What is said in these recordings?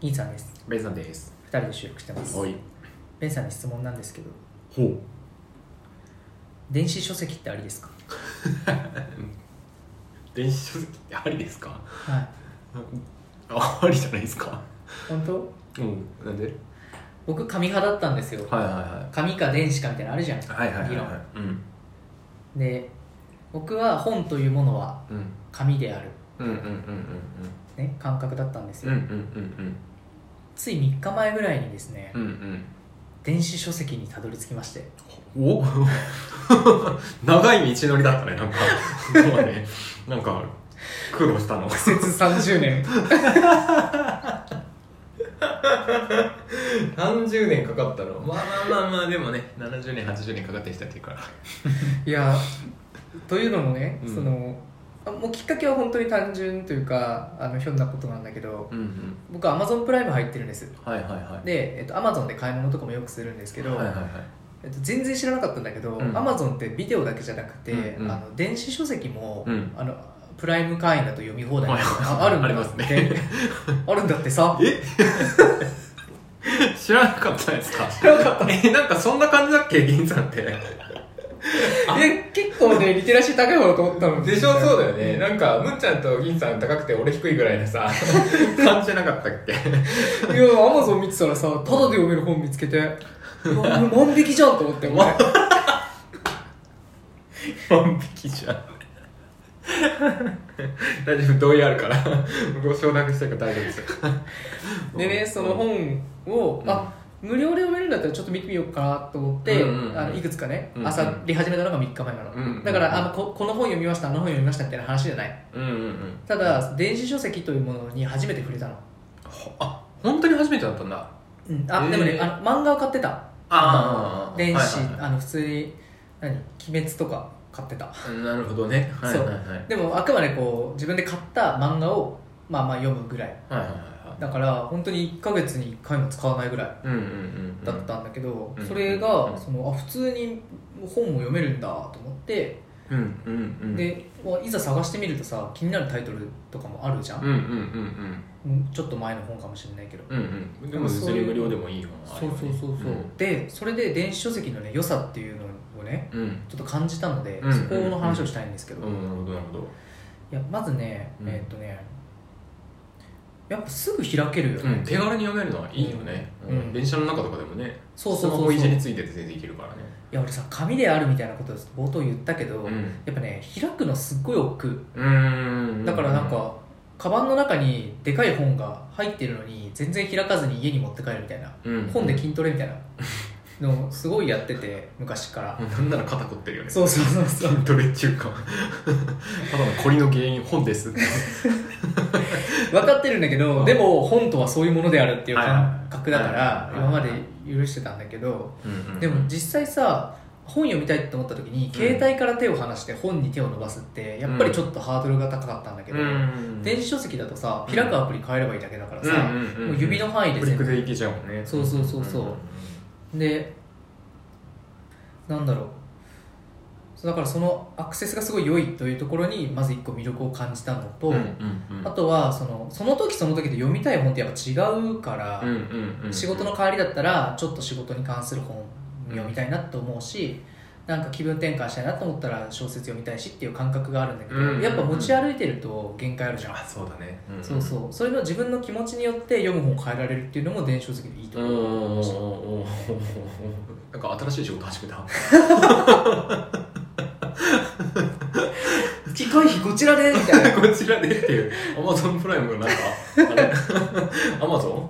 インさんですベンさんです2人で収録してますおいベンさんに質問なんですけどほう電子書籍ってありですか電子書籍ってありですかはいあありじゃないですか本当うんなんで僕紙派だったんですよはいは紙か電子かみたいなのあるじゃんいはいはいはいはい議論はいうんで僕は本というものはうん紙である、うんうんうんね、感覚だったんですうんうんうよ、んうんつい3日前ぐらいにですね、うんうん電子書籍にたどり着きましてうんお 長い道のりだったねなんかそうだねなんか苦労したの苦節30年 30年かかったのまあまあまあまあでもね70年80年かかってきたっていうからいやというのもね、うんそのあもうきっかけは本当に単純というかあのひょんなことなんだけどうんうん僕は Amazon プライム入ってるんですはいはいはいで、えっと、Amazon で買い物とかもよくするんですけど、はいはいはいえっと、全然知らなかったんだけど、うん Amazon ってビデオだけじゃなくて、うんうんあの電子書籍も、うんあのプライム会員だと読み放題みたいなのがあはいるんだありますねって あるんだってさえ知らなかったですか知らなかったえなんかそんな感じだっけ銀さんってえ結構ねリテラシー高い方だと思ったのでしょそうだよねなんかむっちゃんと銀さん高くて俺低いぐらいのさ 感じじゃなかったっいけや Amazon 見てたらさただで読める本見つけてうわ万引きじゃんと 思って俺万引きじゃん 大丈夫同意あるからご承諾したから大丈夫で すよでねその本を、うんあ無料で読めるんだったらちょっと見てみようかなと思って、うんうんうんあのいくつかね、うんうん漁り始めたのが3日前なの、うんうんだからあのここの本読みましたあの本読みましたみたいな話じゃないうんうんうんただ電子書籍というものに初めて触れたの、ほあ本当に初めてだったんだうん、あ、えーでもねあの漫画を買ってたあー電子、はいはいはいあの普通に何「鬼滅」とか買ってたなるほどねはいはいはいはいでもあくまでこう自分で買った漫画をまあまあ読むぐらいはいはいはだから本当に1ヶ月に1回も使わないぐらいいうんうんうんだったんだけど、うんそれうがんそのあ普通に本も読めるんだと思って、うんうんうんでわいざ探してみるとさ気になるタイトルとかもあるじゃうんん、うんうんうんうんちょっと前の本かもしれないけど、うんうんでなんもかそう別いうに無料でもいい本はあそるうよねそうそうそう、でそれで電子書籍のね良さっていうのをねうんうんちょっと感じたので、うんそこの話をしたいんですけど、ういんなるほどなるほどやまずね、うんえーっとねやっぱすぐ開けるよね、うん手軽に読めるのはいいよねうんうん電車の中とかでもねそうそうスそマうホそいうじりいついてて全然いけるからねや俺さ紙であるみたいなことを冒頭言ったけど、うんやっぱね開くのすっごい億劫うーんだからなんか、カバンの中にでかい本が入ってるのに全然開かずに家に持って帰るみたいな、うん本で筋トレみたいなのをすごいやってて昔から、なんなら肩凝ってるよねそうそうそうそう筋トレっていうかただの凝りの原因本です分かってるんだけど、うんでも本とはそういうものであるっていうはいはい感覚だから、はいはい今まで許してたんだけど、でもじ実際さ本読みたいって思った時にん携帯から手を離して本に手を伸ばすってやっぱりちょっとハードルが高かったんだけど、電子書籍だとさ開くアプリ変えればいいだけだからさ、もう指の範囲でク全リッ部クでいけちゃうもんねそうそうそうそうんんんでなんだろうそうだからそのアクセスがすごい良いというところにまず一個魅力を感じたのと、うんうんうんあとはそのその時その時で読みたい本ってやっぱ違うから、うんうんうん仕事の代わりだったらちょっと仕事に関する本読みたいなと思うし、なんか気分転換したいなと思ったら小説読みたいしっていう感覚があるんだけど、うんやっぱ持ち歩いてると限界あるじゃん、あそうだねんんそうそうそれの自分の気持ちによって読む本を変えられるっていうのも電子書籍でいいとうん思うう、んうんうんうんなんか新しい仕事始めた 機械費こちらでみたいなこちらでっていう、アマゾンプライムがなんか、あれ、 アマゾ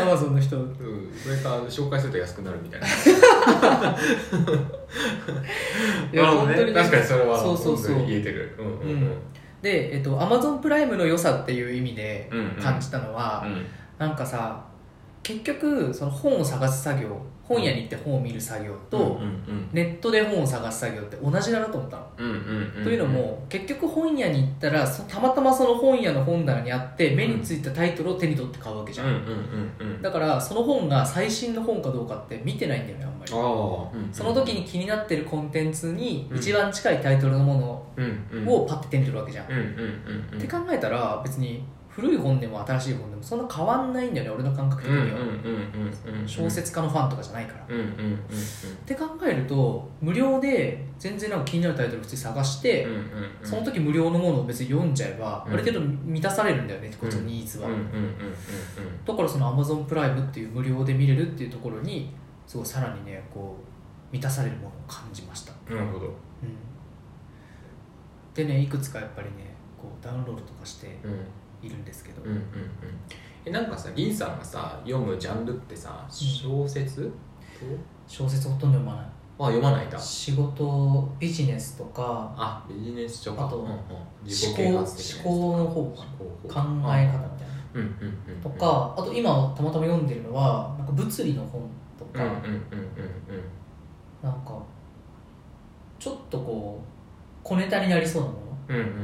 アマゾンの人ンうん、それか紹介すると安くなるみたいな。いやなるほど本当にね確かにそれは、そうそうそう本当に言えてる。うんうんうん。で、えっと、Amazon プライムの良さっていう意味でうんうん感じたのは、なんかさ結局その本を探す作業本屋に行って本を見る作業と、うんうんネットで本を探す作業って同じだなと思ったの。うんうんうん。というの、も結局本屋に行ったらそたまたまその本屋の本棚にあって目についたタイトルを手に取って買うわけじうゃんん、うんうんうん。だからその本が最新の本かどうかって見てないんだよねあんまりああ、うんその時に、気になってるコンテンツにうん一番近いタイトルのもうんうん。のをパッて手に取るわけじゃんうんうんうんうっん。て考えたら別に古い本でも新しい本でもそんな変わんないんだよね俺の感覚的うんうんには、うんうん小説家のファンとかじゃないから、うんうんうんって考えると無料で全然なんか気になるタイトル普通に探して、うんうんうんその時無料のものを別に読んじゃえば、うんある程度満たされるんだよねこっちのニーズうんは、うんうんうんだからその Amazon プライムっていう無料で見れるっていうところにすごいさらにねこう満たされるものを感じました、うんなるほどうん、でねいくつかやっぱりねこうダウンロードとかしてうんいるんですけど、うんうんうんえなんかさ銀さんがさ読むジャンルってさ小説小説ほとんど読まないあ読まないんだ仕事ビジネスとかあビジネス書かあとうんうん自思己考啓思発的なやつとか考の方か考え方みたいなうんうんうんうんとかあと今たまたま読んでるのはなんか物理の本とうんか、うんうんなんかちょっとこう小ネタになりそうなもうんうんうんうん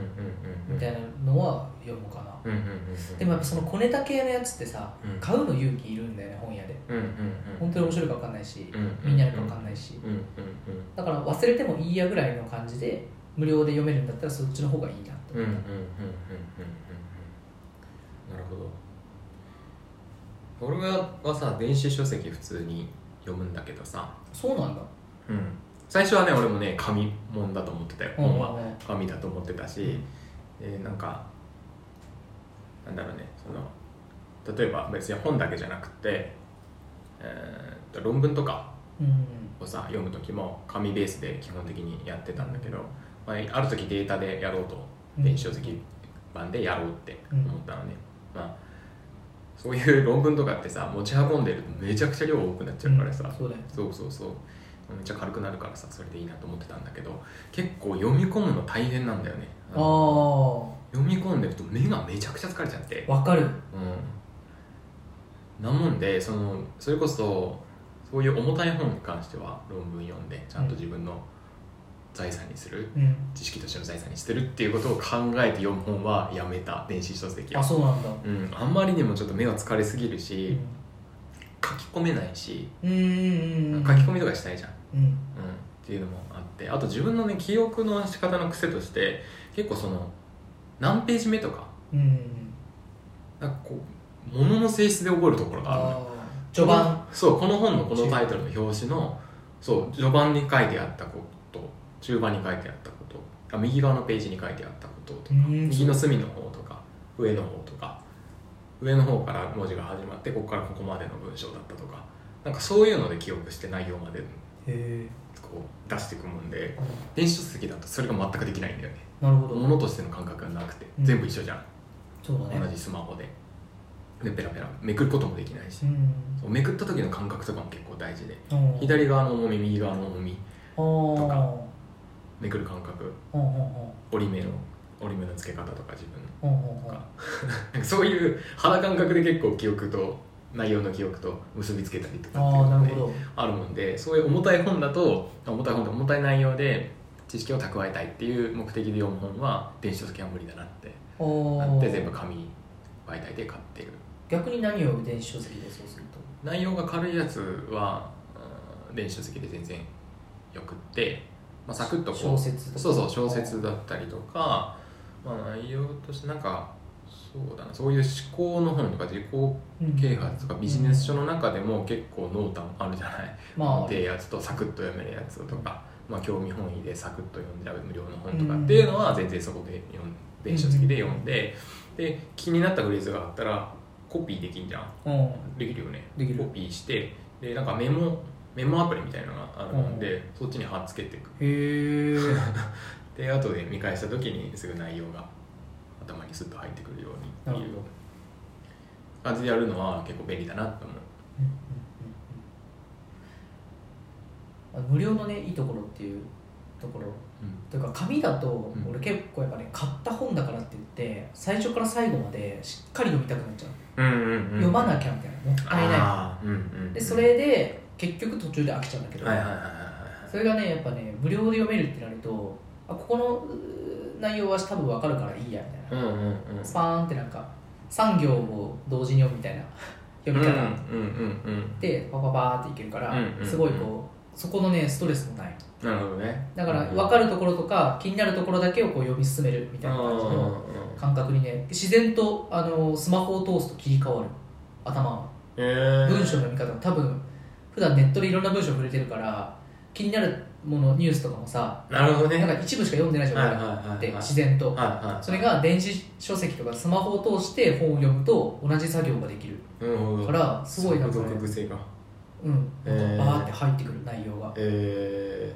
のうんうんみたいなのは読むかな、うんうんうんうんでもやっぱその小ネタ系のやつってさうん買うの勇気いるんだよね本屋でうんうんうん本当に面白いか分かんないしうんうんうんみんなやるか分かんないしうんうんだから忘れてもいいやぐらいの感じで無料で読めるんだったらそっちの方がいいなとうんうんうんうんうんうん思うんっうんた、なるほど俺はさ電子書籍普通に読むんだけどさそうなんだうん最初はね俺もね紙もんだと思ってたよ本はう紙だと思ってたし、でなんかなんだろうねその例えば別に本だけじゃなくて、えーっと論文とかんうんをさ読む時も紙ベースで基本的にやってたんだけど、まあ、ある時データでやろうとうん電子書籍版でやろうって思ったのね、まあ、そういう論文とかってさ持ち運んでるとめちゃくちゃ量多くなっちゃうからさ、うんそうだよそうそうそうめっちゃ軽くなるからさそれでいいなと思ってたんだけど結構読み込むの大変なんだよねああ読み込んでると目がめちゃくちゃ疲れちゃって分かるうんなもんでそのそれこそそういう重たい本に関しては論文読んでちゃんと自分の財産にする、うん知識としての財産にしてるっていうことを考えて読む本はやめた電子書籍あはそうなんだうん、あんまりにもちょっと目が疲れすぎるうし、ん書き込めないし、うんうんうん書き込みとかしたいじゃんうんうん、っていうのもあってあと自分のね記憶の仕方の癖として結構その何ページ目とかうんうんなんかこう物の性質で覚えるところがあるのよあー序盤そうこの本のこのタイトルの表紙のそう序盤に書いてあったこと中盤に書いてあったことあ右側のページに書いてあったこととかうん右の隅の方とか上の方とか上の方から文字が始まってここからここまでの文章だったとかなんかそういうので記憶して内容までへこう出していくもんでえ電子書籍だとそれが全くできないんだよねなるほど物としての感覚がなくてうん全部一緒じゃん、そうだね同じスマホででペラペラめくることもできないし、うんそうめくった時の感覚とかも結構大事でうん左側の重み右側の重みあーとかめくる感覚うんうんうん折り目の折り目の付け方とか自分のうんうんうんとかなんかそういう肌感覚で結構記憶と内容の記憶と結びつけたりとかっていうああなのるでほどあるもんでそういう重たい本だと重たい本で重たい内容で知識を蓄えたいっていう目的で読む本は電子書籍は無理だなっておなーって全部紙媒体で買ってる逆に何を電子書籍でそうすると内容が軽いやつはうん電子書籍で全然よくって、まあ、サクッとこ小う説とかそうそう小説だったりとか、まあ、内容としてなんかそうだなそういう思考の本とか自己啓発とかビジネス書の中でも結構濃淡あるじゃないまあってやつとサクッと読めるやつとか、まあ、興味本位でサクッと読んじゃう無料の本とかうんっていうのは全然そこで読ん電子書籍で読んでで気になったフレーズがあったらコピーできんじゃうんんできるよねできるコピーしてでなんかメモメモアプリみたいなのがあるので、そっちに貼っつけていくへ えで後で見返した時にすぐ内容が頭にスッと入ってくるようにっていう感じでやるのは結構便利だなと思う無料のねいいところっていうところうんというか紙だとうん俺結構やっぱね買った本だからって言って最初から最後までしっかり読みたくなっちゃううんうんうん、読まなきゃみたいなもったいなあーうんうんうんいでそれで結局途中で飽きちゃうんだけどはいはいはいはいそれがねやっぱね無料で読めるってなるとあここのうー内容は多分わかるからいいやみたいなはいうんうんうんスパーンってなんか3行を同時に読むみたいな読みうん方うんうんでパパパーっていけるからうんうんうんすごいこうそこのねストレスもないなるほどねだからうん分かるところとか気になるところだけをこう読み進めるみたいな感じの感覚にね自然とあのスマホを通すと切り替わる頭はえー、文章の読み方も多分普段ネットでいろんな文章触れてるから気になるものニュースとかもさなるほどねなんか一部しか読んでないじゃんは俺いはいらはいはっいて自然とはいはいそれが電子書籍とかスマホを通して本を読むと同じ作業ができるなるほどからすごいなんかね速読癖がうんへーバーって入ってくる内容がえ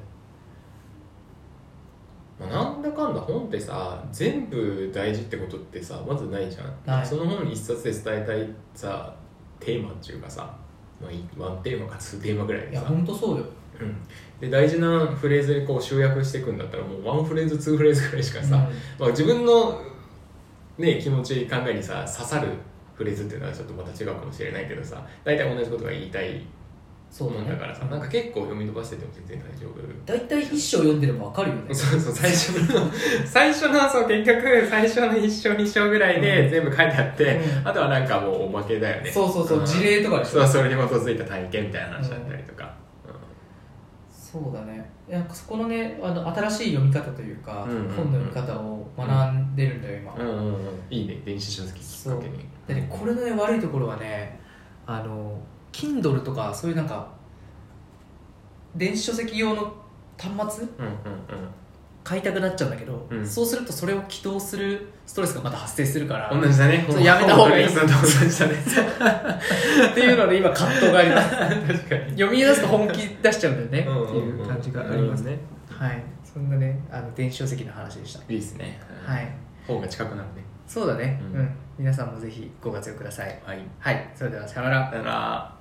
ーまあ、なんだかんだ本ってさ全部大事ってことってさまずないじゃん、ないその本一冊で伝えたいさテーマっていうかさ、まあい、ワンテーマかツーテーマぐらいいでやさ、本当そうようん、で大事なフレーズでこう集約していくんだったらもうワンフレーズツーフレーズぐらいしかさ、うまあ、自分の、ね、気持ち考えにさ刺さるフレーズっていうのはちょっとまた違うかもしれないけどさ大体同じことが言いたいそもうだんだからさ、なんかね結構読み飛ばしてても全然大丈夫大体一章読んでればわかるよねそうそう最初の最初のそう結局最初の一章二章ぐらいで全部書いてあって、うんあとはなんかもうおまけだよねそうそうそうん事例とかでしそょうそれに基づいた体験みたいな話だったりとか、そうだねなんかそこのねあの新しい読み方というかうんうんうん本の読み方を学んでるんだよ今うんうんうんいいね電子書籍きっかけにでねこれのね悪いところはねあの Kindle とかそういうなんか電子書籍用の端末うんうん買いたくなっちゃうんだけど、うんそうするとそれを起動するストレスがまた発生するからうん同じだねそうやめた方がいい本格さんと同じだねっていうので今葛藤があります確かに読み出すと本気出しちゃうんだよねうっんていう感じがありますね、ねはいそんなねあの電子書籍の話でした いいですねはい方が近くなるねそうだね、ううんん皆さんもぜひご活用くださいはいはいそれではさよならさよなら